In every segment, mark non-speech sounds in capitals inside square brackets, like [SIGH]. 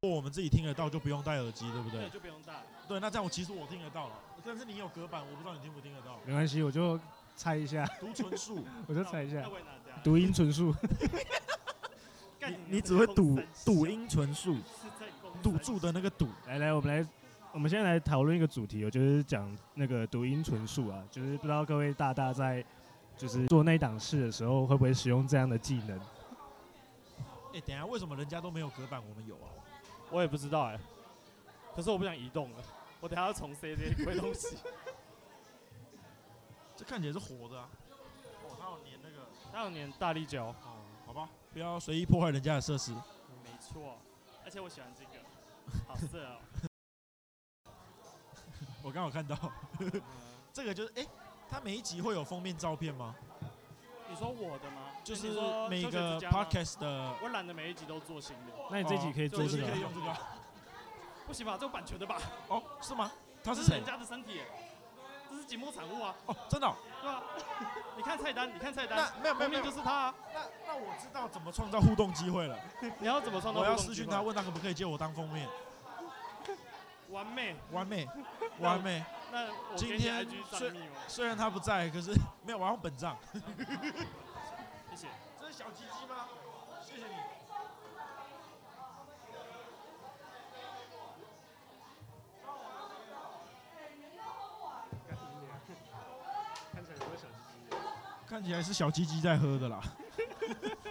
如果我们自己听得到，就不用戴耳机，对不对对，？就不用戴。对，那这样我其实我听得到了，但是你有隔板，我不知道你听不听得到。没关系，我就猜一 [LAUGHS] 下，读纯数，我就猜一下那，我也拿家读音纯数，啊干你只会赌赌音，音纯数，是在公赌三注的那个赌。 [LAUGHS] 来来，我们来，我们现在来讨论一个主题哦，就是讲那个读音纯数啊，就是不知道各位大大在就是做那一档事的时候，会不会使用这样的技能？哎、等一下为什么人家都没有隔板，我们有啊？我也不知欸道哎、可是我不想移动了，我等下要重塞这些鬼东西。这看起来是活的啊。哦，它有粘那个， [LAUGHS] 那年大力胶，嗯哦，好吧，不要随意破坏人家的设施。没错，而且我喜欢这个，好色 [LAUGHS] 哦。我刚好看到嗯这个，就是哎、它每一集会有封面照片吗？你说我的吗？哎就是你说每休闲之个家吗 podcast 的，我懒得每一集都做新的，那你这集可以就做这哦是个 [LAUGHS] 可以啊，用这个啊。不行吧？这有版权的吧？哦，是吗？他这是是谁人？家的身体耶，这是节目产物啊，哦，真的哦、对吧、 [LAUGHS] 你看菜单，你看菜单，那没有没有没后有面就，是他啊、那那我知道怎么创造互动机会了。你要怎么创造我互要动私机讯会他，问他可不可以借我当封面。完美。完 [LAUGHS] 美，完美。那我今给你天 IG 虽账密哦，虽然他不在，可是 [LAUGHS] 没有，我要本账。谢谢。这是小鸡鸡吗？谢谢你。看起来是小鸡鸡在喝的 [LAUGHS] 啦，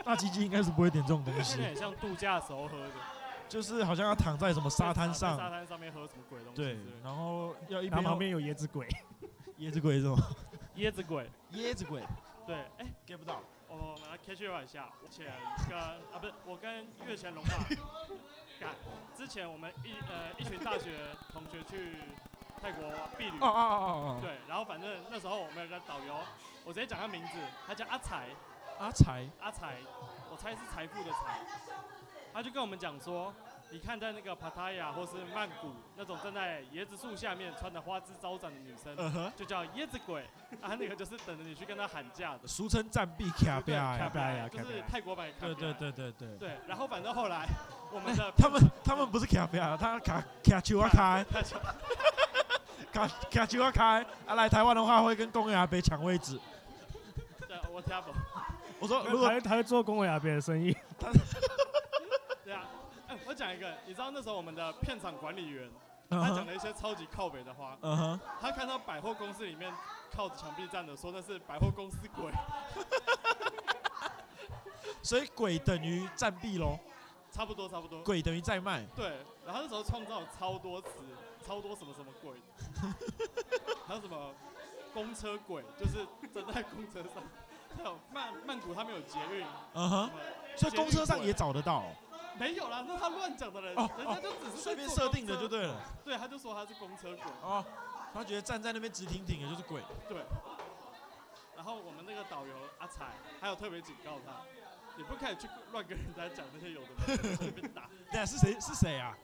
大鸡鸡应该是不会点这种东看起来西，很像度假时候喝的，啊就是好像要躺在什么沙滩在沙上，滩上面喝什么鬼东西？对，然后要一然边后旁要边有椰子 [LAUGHS] 鬼，椰子鬼这种，椰子鬼。椰子鬼对，哎、 get 不到，我们来 catch up 一下，我前跟啊不是我跟月前 [LAUGHS] 龙马干，之前我们一呃一群大学同学去泰国避旅，哦哦哦哦哦，对，然后反正那时候我们有个导游，我直接讲他名字，他叫阿财，阿才，阿啊财，我猜是财富的财，他就跟我们讲说，你看在那个 Pattaya 或是曼谷那种站在椰子树下面穿的花枝招展的女生，嗯哼，就叫椰子鬼，啊那个就是等着你去跟她喊价的，俗称战壁卡比对亚卡呀，比亚就卡比是亚泰国版的卡比对亚对对对对，对，然后反正后来我们的他们他们不是卡比亚，他卡卡丘啊开，他就卡卡丘啊开，啊来台湾的话会跟公园阿伯抢位置，对我听不，我说如他果会他会做公维阿别的生意，对啊，哎，我讲一个，你知道那时候我们的片场管理员嗯他讲哼了一些超级靠北的话，嗯哼，他看到百货公司里面靠着墙壁站的，说那是百货公司鬼，所以鬼等于战壁喽，差不多差不多，鬼等于在卖，对，然后那时候创造了超多词，超多什么什么 [LAUGHS] 鬼，还有什么公车鬼，就是站在公车上，还有曼曼谷他们有捷运，嗯哼，所以公车上也找得到哦，没有啦，那他乱讲的人，哦人家就只是在随便坐设公定的车就对了，对，他就说他是公车鬼。哦，他觉得站在那边直挺挺的就是鬼，然后我们那个导游阿彩还有特别警告他，你不可以去乱跟人家讲那些有的没的，随便打。等下是谁是谁啊？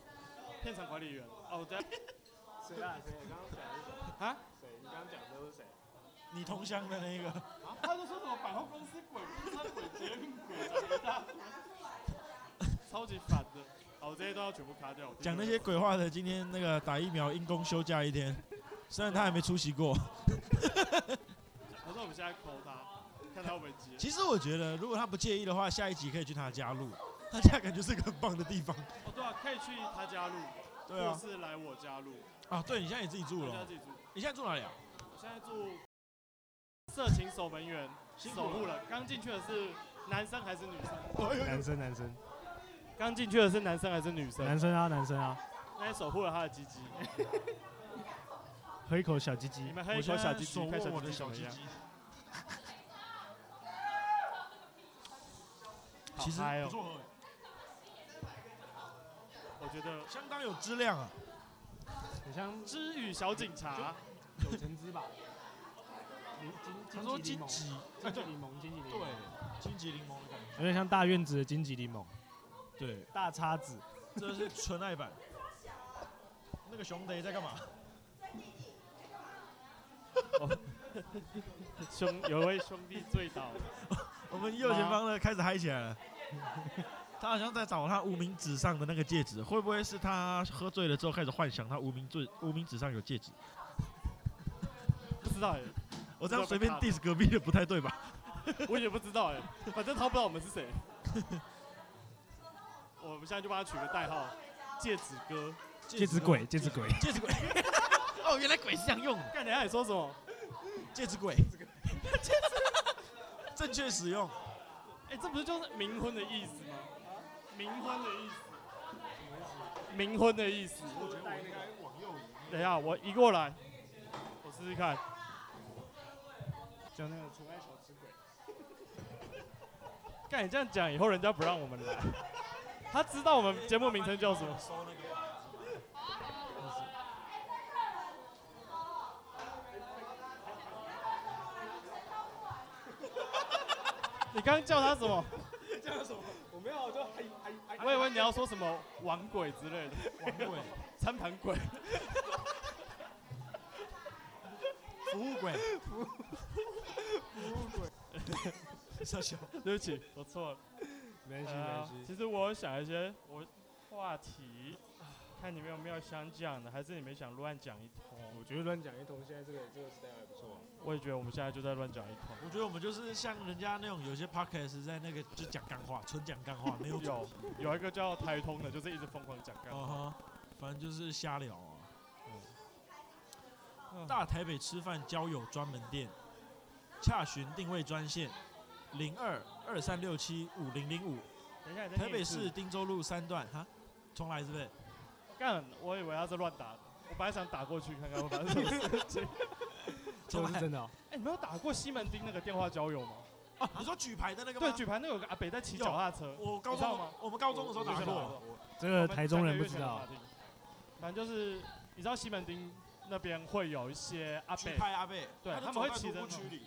片场管理员哦，对，谁啊？谁？你刚刚讲的是谁？啊？谁？你刚刚讲的是谁？你同乡的那个，他就说什么百货公司鬼、公车鬼、捷运鬼，讲一大堆 [LAUGHS] 超级烦的。好，我这些都要全部卡掉。我听讲不那懂些鬼话的，今天那个打疫苗因公休假一天， [LAUGHS] 虽然他还没出席过。我说我们现在扣他，看他会不会接。其实我觉得，如果他不介意的话，下一集可以去他家录，他家感觉是个很棒的地方。哦，对啊，可以去他家录，对或啊，是来我家录。啊，对你现在也自己住我了家哦，自己住。你现在住哪里啊？我现在住色情守门员，辛苦守护了。刚进去的是男生还是女生？男生男生刚进去的是男生还是女生？男生啊男生啊，那守护了他的鸡鸡。喝一口小鸡你鸡，们喝一口小我鸡鸡，现看在手握我小的鸡小鸡鸡怎么 [LAUGHS] 样？鸡。好其实嗨不哦，错喝，我觉得相当有质量啊。很像知语小警察，九橙汁吧？柠他金说金荆桔棘，柠檬，金桔柠檬，金桔柠对檬。，荆棘柠檬的感觉。有点像大院子的荆棘柠檬，对，大叉子。这是纯爱版。那个熊得在干嘛？兄有一位兄弟醉倒了， [LAUGHS] 我们右前方的开始嗨起来了。他好像在找他无名指上的那个戒指，会不会是他喝醉了之后开始幻想他无名指无名指上有戒指？不知道哎、我这样随便 diss 隔壁的不太对吧？我也不知道哎、反正他不知道我们是谁。 [LAUGHS] 我们现在就帮他取个代号，戒指哥。戒指鬼，戒指鬼，鬼，戒指鬼。 [LAUGHS] 哦，原来鬼是这样用的，干，等一下你说什么？戒指鬼， [LAUGHS] 正确使用。哎、这不是就是冥婚的意思吗？冥婚的意思，冥婚的意思。我觉得我应该往右移。等一下，我移过来，我试试看。就那个除外手指鬼。干，你这样讲以后人家不让我们 [LAUGHS] 来。他知道我们节目名称叫什么？你刚刚叫他什么？我没有，我就还还还。我以为你要说什么玩鬼之类的，王鬼，餐盘鬼。服务鬼，服务鬼，笑笑。对不起，我错了。没关系，没呃关系。其实我有想一些我话题，看你们有没有想讲的，还是你们想乱讲一我通？觉得乱讲一通，现在这个这个时代还不错啊。我也觉得我们现在就在乱讲一通。我觉得我们就是像人家那种有些 podcast 在那个就讲干话，纯讲干话，没有主有有一个叫台通的，就是一直疯狂讲干话。啊哈，反正就是瞎聊啊。嗯大台北吃饭交友专门店，洽询定位专线零二二三六七五零零五，等一下，你台再念北一次市汀州路三段哈，重来是啊不是？干，我以为他是乱打的，我本来想打过去看看会发生 [LAUGHS] 什么事情。重来真的哦，哎、你没有打过西门町那个电话交友吗？哦，你说举牌的那个吗？啊对，举牌那有个阿北在骑脚踏车，我高你知道中吗我们高中的时候打我知道过，这我们个台中人三个月不知前的道法。庭。反正就是你知道西门町那边会有一些阿举北，牌阿贝，对就他们会走在骑徒步着区里，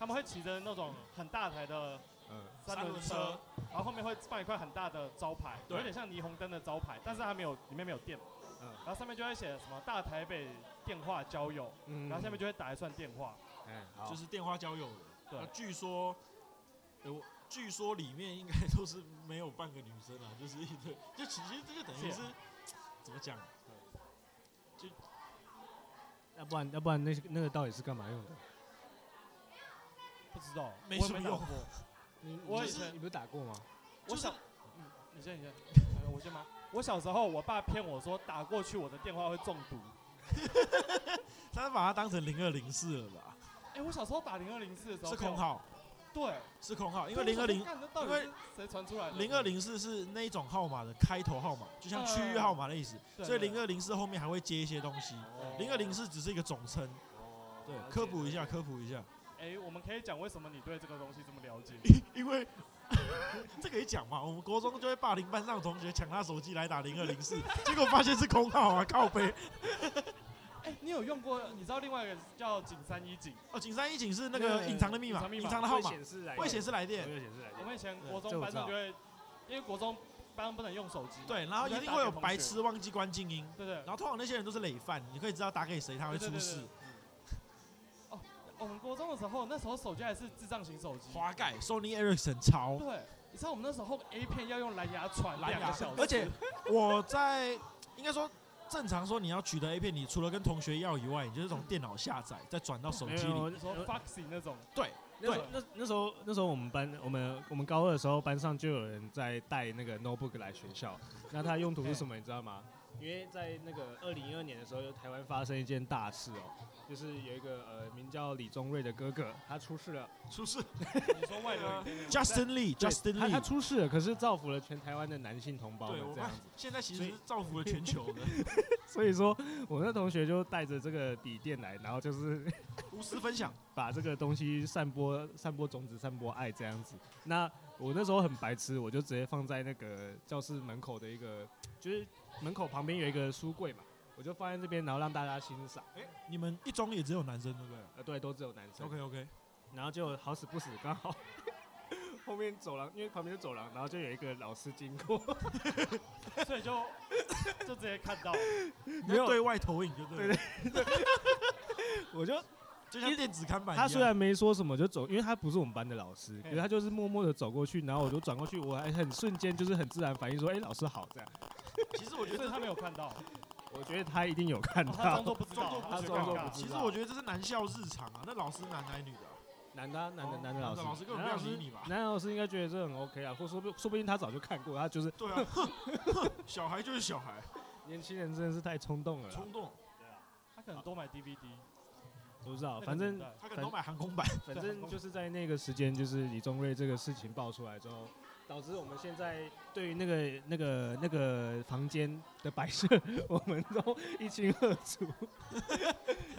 他们会骑着那种很大台的嗯，三三轮轮车车，然后后面会放一块很大的招牌，对有点像霓虹灯的招牌，但是它没有里面没有电，嗯然后上面就会写什么大台北电话交友，嗯然后下面就会打一串电话，哎，好，就是是电话交友的。对啊据说，呃我据说里面应该都是没有半个女生啊， [LAUGHS] 就是一堆，就其实这个等于是是怎么讲？要不然，要不然那些那个到底是干嘛用的？不知道，没我也什么打用 [LAUGHS] 过。你你我不以前你不是打过吗？我就是小，嗯，你先，你 [LAUGHS] 先，呃我先吗？我小时候，我爸骗我说打过去我的电话会中毒。他把它当成零二零四了吧？哎、我小时候打零二零四的时候是空，号，对，是空号，因为对零我二想零说干这到因底为是谁传出来的？零二零四是那一种号码的开头号码，就像区域号码的意思，对，哦所以零二二零四后面还会接一些东西。零二零四只是一个总称，哦对，科普一下，科普一下，哎，我们可以讲为什么你对这个东西这 [LAUGHS] 么了解？因为这可以讲嘛，我们国中就会霸凌班上同学抢他手机来打零二零 [LAUGHS] 四，结果发现是空号啊，靠背。哎，你有用过？你知道另外一个叫井三一井，哦，井三一井是那那个个隐藏的密隐码，藏密隐码藏的号码会显示来电，会显示来对电，会显示来我电。们以前对国这中我班知上道就会，因为国中班上不能用手机，对，然后一定会有白痴忘记关静音，对对然，后通常那些人都是累犯，你可以知道打给谁他会对对出对事对。我们国中的时候，那时候手机还是智障型手机，滑盖，Sony Ericsson 潮，对，你知道我们那时候 A 片要用蓝牙传蓝两牙个小，时，而且我在应该说正常说你要取得 A 片，你除了跟同学要以外，你就是从电脑下载，再转到手机没有里。我你说 Foxy 那种，对，那对那那时候那时候我们班我们我们高二的时候班上就有人在带那个 notebook 来学校，那它用途是什么你知道吗？因为在那个二零一二年的时候，台湾发生一件大事哦，就是有一个呃名叫李宗瑞的哥哥他出事了出事。你说外流影片那种 Justin 对 Lee，Justin 他他 Lee。出事了，可是造福了全台湾的男性同胞对，我们这们样子，现在其实所以是造福了全球 [LAUGHS] 的，所以说我那同学就带着这个笔电来，然后就是无私分享。把这个东西散播、散播种子、散播爱这样子。那我那时候很白痴，我就直接放在那个教室门口的一个，就是门口旁边有一个书柜嘛，我就放在这边，然后让大家欣赏。哎，你们一中也只有男生对不对呃，对，都只有男生。 ？OK OK，然后就好死不死，刚好 [LAUGHS] 后面走廊，因为旁边是走廊，然后就有一个老师经过， [LAUGHS] 所以就 [LAUGHS] 就直接看到，你要对外投影就对了。我就就像电子看板一样。他虽然没说什么，就走，因为他不是我们班的老师，可嘿是他就是默默的走过去，然后我就转过去，我还很瞬间就是很自然反应说，哎、老师好这样。其实我觉所得以他没有看到，哦我觉得他一定有看他装到，作不知道，装作不知觉得尴道他装作不尬知其实我觉得这是男校日常啊。那老师男的还是女的啊？男的啊男的哦男的老师，老师根啊本男不的想理你吧？男老师应该觉得这很 OK 啊，或说不说不定他早就看过，他就是对啊，小孩就是小孩，年轻人真的是太冲动了啦，冲动，他可能多买 DVD，不知道，那个啊反正年代他可能都买航空版。反正就是在那个时间，就是李宗瑞这个事情爆出来之后，导致我们现在对于那个那个那个房间的摆设， [LAUGHS] 我们都一清二楚。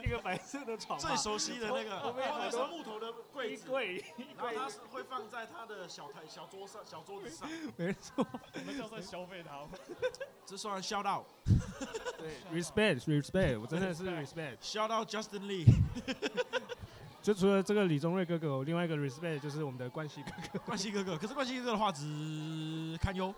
一个白色的床嘛，最熟悉的那个，我们有那很是多木头的衣柜子，柜，然后它是会放在他的小台、小桌上、小桌子上。没错。我们就算消费 [LAUGHS] 他，这算 shout out 对，respect，respect，我真的是 respect。 shout out Justin Lee 就除了这个李宗瑞哥哥，我另外一个 respect 就是我们的冠希哥哥。冠希哥哥，可是冠希哥哥的画质堪忧，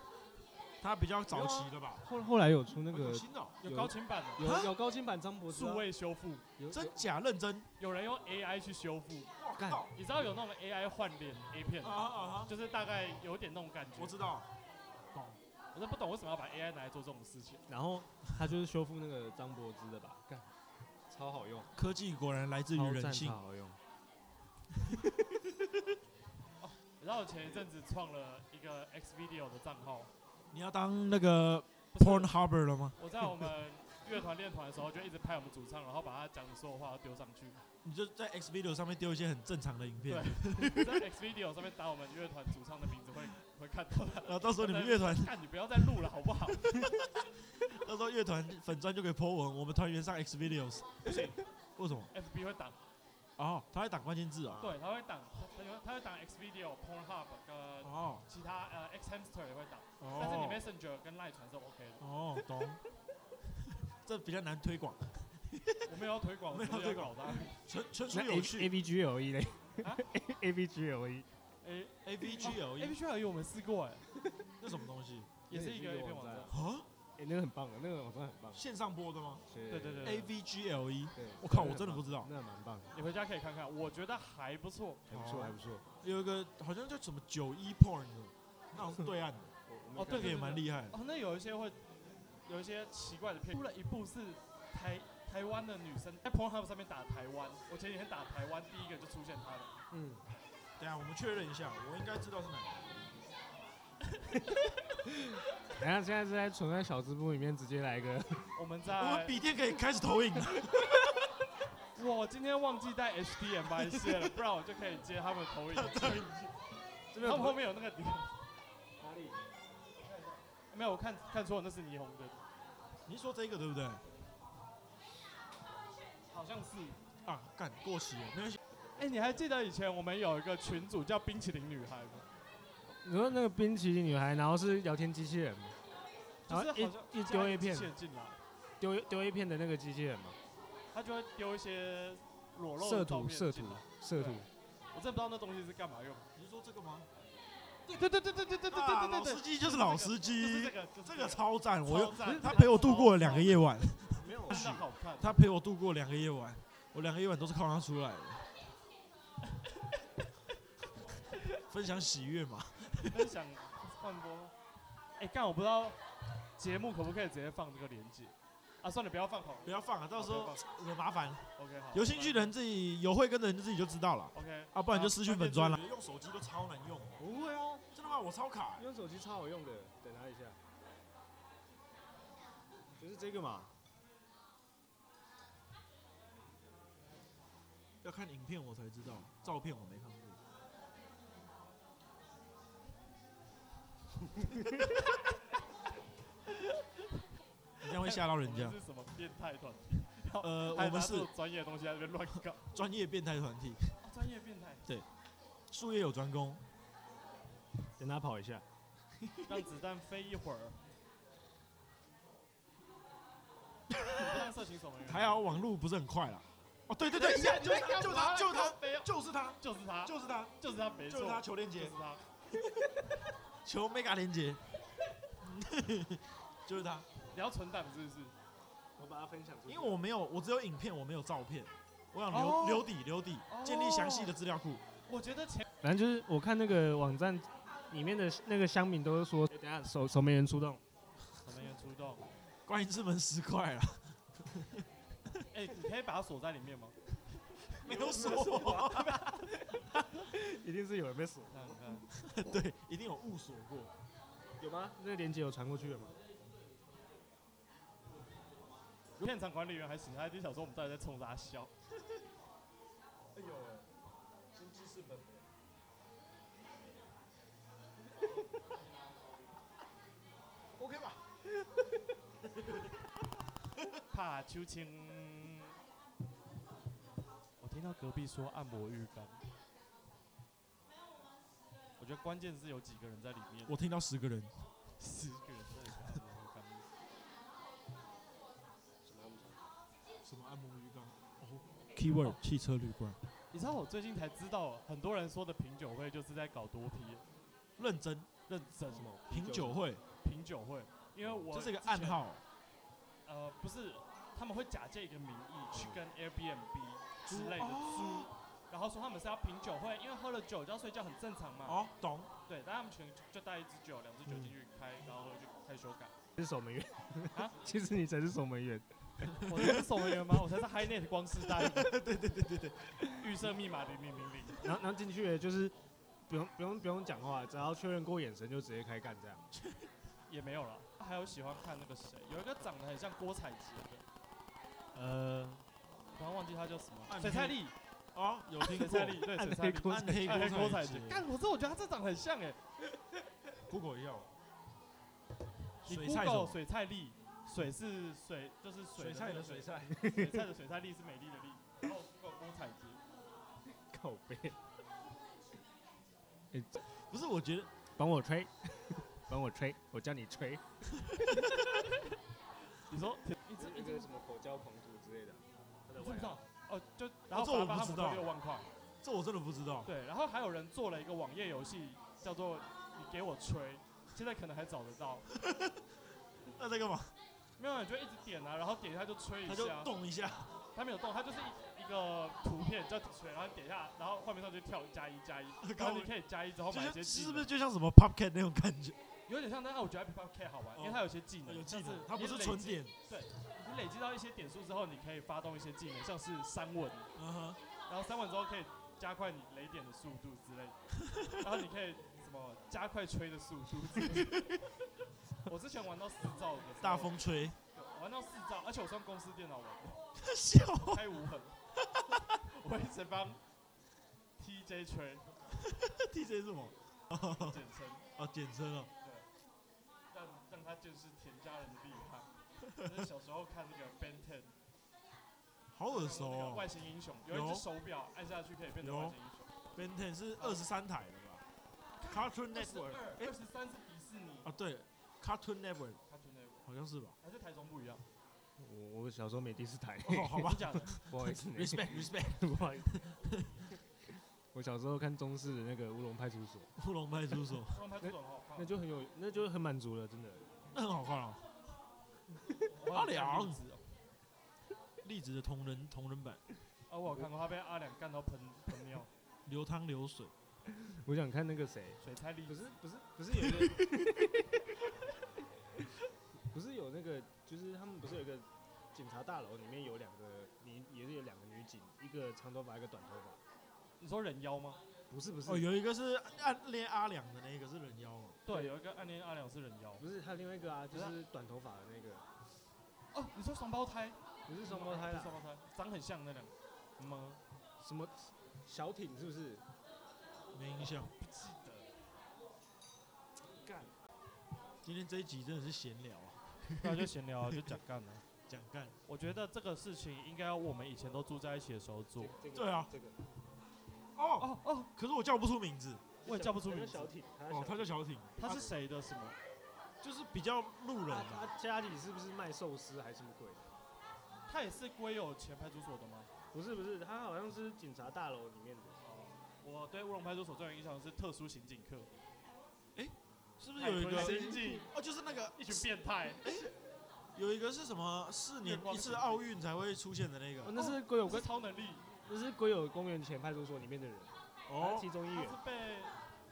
他比较早期的吧？后后来有出那哦有个新的哦，有高清版的，有有高清版张柏芝啊数位修复，有真假认真，哦有人用 AI 去修复，哇干靠！你知道有那种 AI 换脸 A 片啊，啊啊！就是大概有点那种感觉。我知道，懂。我都不懂为什么要把 AI 拿来做这种事情。然后他就是修复那个张柏芝的吧，干，超好用，科技果然来自于超人赞性超。好用。你知道我前一阵子创了一个 Xvideo 的账号，你要当那个不是 Porn Harbor 了吗？我在我们乐团练团的时候，就一直拍我们主唱，然后把他讲的所有话都丢上去，你就在 X Video 上面丢一些很正常的影片，在 Xvideo 上面打我们乐团主唱的名字会会看到他。然后到时候你们乐团，看你不要再录了好不好？ [LAUGHS] 到时候乐团粉砖就可以 po 文，我们团员上 X Videos，不行为什么？ ，FB 会挡，哦，他会打关键字啊。。对，他会挡，他他他会挡 Xvideo、Pornhub 跟哦其他呃 X Hamster 也会挡，哦。但是你 Messenger 跟 Line 传是 OK 的。哦，懂。 [LAUGHS] 这比较难推广，我们也要推 [LAUGHS] 广，我们也要推广的。纯纯属那有 A A 趣。 V G L E 嘞啊 [LAUGHS] ，A V G L E，哎 A V G L ，A B E， G 还有我们试过哎，那什么东西？也是一个 A 片网站。啊，哎，那个很棒的，那个网站很棒。线上播的吗对对啊对？A V G L E，对，我靠，我真的不知道。那蛮棒的，你回家可以看看，我觉得还不错。还不错，哦还不错。有一个好像叫什么九一 Porn，的那好像是对岸的，我哦我这对们个也蛮厉害的。哦，那有一些会有一些奇怪的片，出了一部是台台湾的女生在 Pornhub 上面打台湾，我前几天打台湾，第一个就出现她的，嗯，等一下我们确认一下，我应该知道是哪个。等一下现在是在存在小支部里面直接来一个，我们我们在笔电可以开始投 [LAUGHS] 影了。我今天忘记带 HDMI 线了，不然我就可以接他们的投影机。他这边们后有面有那个点，哪里？没有，我看看错了，那是霓虹灯，你是说这个对不对？好像是。啊，干过期了，没关系。哎、你还记得以前我们有一个群组叫冰淇淋女孩吗？你说那个冰淇淋女孩，然后是聊天机器人吗？然后就是好像一一丢 A 片，陷进来，丢丢 A 片的那个机器人嘛，他就会丢一些裸露色的照图片色图进来色图对，我真的不知道那东西是干嘛用的。你是说这个吗？对对对对对对对对啊对对老对司，机就是老司就是机，这个，这就是这个个，超赞，我超又赞，他陪我度过了两个夜晚。没有真的好看。他陪我度过两个夜晚，我两个夜晚都是靠他出 [LAUGHS] 来的，分享喜悦嘛。分享换播，哎，干我不知道节目可不可以直接放这个连接啊？算了，不要放好了不要放啊，到时好不候要有麻烦。 ，OK 好。有兴趣的人自己有慧根的人自己就知道了 OK，啊，不然就私讯粉砖了啊。用手机都超难用，不会啊，真的吗？我超卡用手机超好用的，等他一下，就是这个嘛。要看影片我才知道，照片我没 [LAUGHS] 看过。你这样会吓到人我家们。是什么变态团体？呃， [LAUGHS] 我还拿们这是哦种专业的东西在那边乱搞，啊专业变态团体，专业变态，术业有专攻。等他跑一下。让子弹飞一会儿。不让色情守门员，还好网路不是很快啦。哦，对对对，是啊就是他，就是他，就是他，没有，就是他，就是他，就是他，就是他，没就错，是他，求链就是接，他。求 mega 连接， [LAUGHS] 就是他。你要存档是不是？我把它分享出因为我没有，我只有影片，我没有照片，我想留哦留底留底，建立详细的资料库。我觉得前反正就是我看那个网站里面的那个乡民都是哎说，等一下守守门员出动，守门员出动，关一之门十块啊了，哎、你可以把它锁在里面吗？没有锁，一定是有人被锁。那你看， [LAUGHS] 对，一定有误锁过。有吗？那个链接有传过去了吗？片场管理员还行，他就想说我们到底在冲啥笑。哎呦，新知识本。OK 吧？怕秋千。我听到隔壁说按摩浴缸，我觉得关键是有几个人在里面，我听到十个人，十个人在里面按摩浴缸。什么按摩鱼缸哦，keyword 汽车旅馆，你知道我最近才知道，很多人说的品酒会就是在搞多批，认真认真什么品酒会，品酒会，因为我这是一个暗之前号，呃，不是，他们会假借一个名义去跟 Airbnb 之类的租，哦然后说他们是要品酒会，因为喝了酒就要睡觉，很正常嘛。哦，懂。对，但他们全就带一支酒、两支酒进去开，然后就开修改。是守门员啊其实你才是守门员。哦我才是守门员吗？我才是 HiNet 光师大 [LAUGHS] 对对对对对，预设密码零零零零。然后然后进去了就是不用不用不用讲话，只要确认过眼神就直接开干这样。也没有了。啊还有喜欢看那个谁，有一个长得很像郭采洁的，呃，突然忘记他叫什么，暗水黑 [LAUGHS] 蔡丽，哦，有听水过蔡丽，对，暗水蔡黑丽，郭暗黑暗黑郭郭采采洁洁。，干，我这我觉得他这长得很像哎， Google 一下哦，你水菜什 Google 么？水蔡丽，水是水，就是水水菜的的那水个菜，水菜的水菜丽是美丽的丽，然后 Google 郭采洁，靠背，不是，我觉得帮我吹，帮我吹，我叫你吹。[LAUGHS] 你说一直一个什么口交狂徒之类的，他的知不外知号道？哦，就然后这我罚不他知们道六万块。这我真的不知道。对，然后还有人做了一个网页游戏，叫做“你给我吹”，现在可能还找得到。那在干 [LAUGHS] 嘛？没有，你就一直点啊，然后点一下就吹他一就下，动一 [LAUGHS] 下，它没有动，它就是一一个图片叫吹，然后你点一下，然后画面上就跳加一 [LAUGHS] 加一，然后你可以加一之后买一就些是技是能，不是就像什么 Popcat 那种感觉？有点像，但是我觉得 Apple K 好玩，因哦为它 [LAUGHS] 有些技能，有技像能，它不是你累纯积，点。你累积到一些点数之后，你可以发动一些技能，像是三吻，嗯哼，然后三吻之后可以加快你雷点的速度之类 [LAUGHS] 的，然后你可以什么加快吹的速度之类的。 [LAUGHS] 我之前玩到四兆的时候大，风哦吹，玩到四兆，而且我是用公司电脑玩 [LAUGHS] 的，笑。开无痕，我一直帮 TJ 吹 DJ 是什么？ [LAUGHS] 简称，哦，简称哦。让让他见识田家人的厉害。我是小时候看那个 Ben Ten，好耳熟那个哦外星英雄，有一有只手表按下去可以变成有外星英雄。 ，Ben Ten 是二十三台的吧？Cartoon 二十 Network 二、二十三是迪士尼，啊，对，Cartoon Network 他就那个，好像是 [LAUGHS] 吧？还是台中不一样？我我小时候没第四台，哦，好吧真假的？ [LAUGHS] 不好意思呢， ，Respect [LAUGHS] Respect，不好意思。 [LAUGHS] 我小时候看中式的那个乌龙派出所，乌龙派出所，双拍这种好看那。就很有，那就很满足了，真的。那很好看哦，我好阿良看荔枝哦栗子的同人同人版，啊，我有看过他被阿良干到喷喷尿，流汤流水，我想看那个谁，水菜力不。是不是不是有一个，不是有那个，就是他们不是有一个警察大楼里面有两个女，也是有两个女警，一个长头发，一个短头发。你说人妖吗？不是不是，哦，有一个是暗恋阿良的那一个是人妖哦，对，有一个暗恋阿良是人妖。不是还有另外一个啊，就不是啊是短头发的那个，哦，你说双胞胎？不是双胞胎不是啦，双胞胎，长很像那两个吗？什么小挺是不是？没印象。不记得。今天这一集真的是闲聊啊，那就闲聊啊，就讲干了。讲干，我觉得这个事情应该要我们以前都住在一起的时候做。这个对啊这个哦，哦哦，可是我叫不出名字，我也叫不出那名个字小。挺，他哦，他叫小挺，他是谁的什么？就是比较路人他啊，他家里是不是卖寿司还是什么鬼？他也是归有前派出所的吗？不是不是，他好像是警察大楼里面的。哦我对乌龙派出所最有印象的是特殊刑警课，是不是有一海个豚刑警，哦，就是那个一群变态，有一个是什么四年一次奥运才会出现的那哦个那是鬼友我是跟超能力，那是鬼友公园前派出所里面的人，他是哦，其中一他员是，被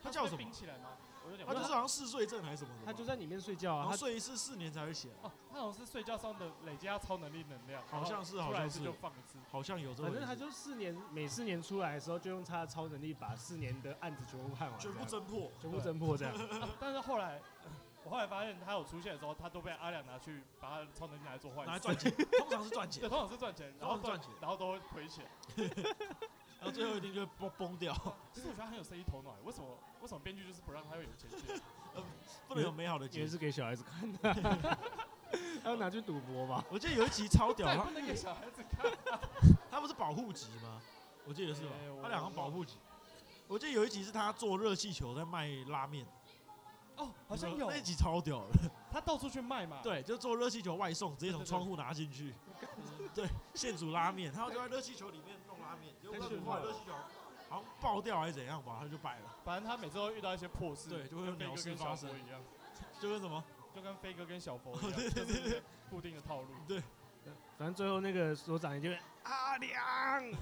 他是叫被什么冰起来吗？我有点他就忘了是好像嗜睡症还是什么的吧，他就在里面睡觉然啊，后他睡一次四年才会起来，哦，他好像是睡觉上的累积他超能力能量，好像是然后好出像来一次是就，放一次。好像有这回反事，正他就四年，每四年出来的时候，就用他的超能力把四年的案子全部判完，全部这样侦破， [LAUGHS] 全部侦破这样。啊但是后来， [LAUGHS] 我后来发现他有出现的时候，他都被阿亮拿去把他的超能力拿来做坏拿来事，赚钱，通常是赚钱对，，通常是赚钱，然后通常是赚钱然后都会亏钱。然后最后一定就崩崩 [LAUGHS] 掉，其实我觉得他很有生意头脑，欸为什么为什么编剧就是不让他有钱 [LAUGHS] 进来？不能有美好的也结局。是给小孩子看的， [LAUGHS] 还要拿去赌博吧？我记得有一集超 [LAUGHS] 屌，啊再也他不能给小孩子 [LAUGHS] 看。他不是保护级吗？我记得是吧哎？我他俩好像保护级。我记得有一集是他做热气球在卖拉面，哦，好像有那，一集超屌 [LAUGHS] 的。他到处去卖嘛。对，就做热气球外送，直接从窗 [LAUGHS] 户拿进去。对，现煮拉面，他就在热气球里面弄拉面，结果太炫后炮来了热气球好像爆掉还是怎样吧，他就败了，反正他每次都会遇到一些破事，对就会有跟飞鸟哥事跟发小生佛 [LAUGHS] 一样，就跟什么就跟飞哥跟小佛哦一样，对对就是对一个固定的套路。 [LAUGHS] 反正最后那个所长也就阿良，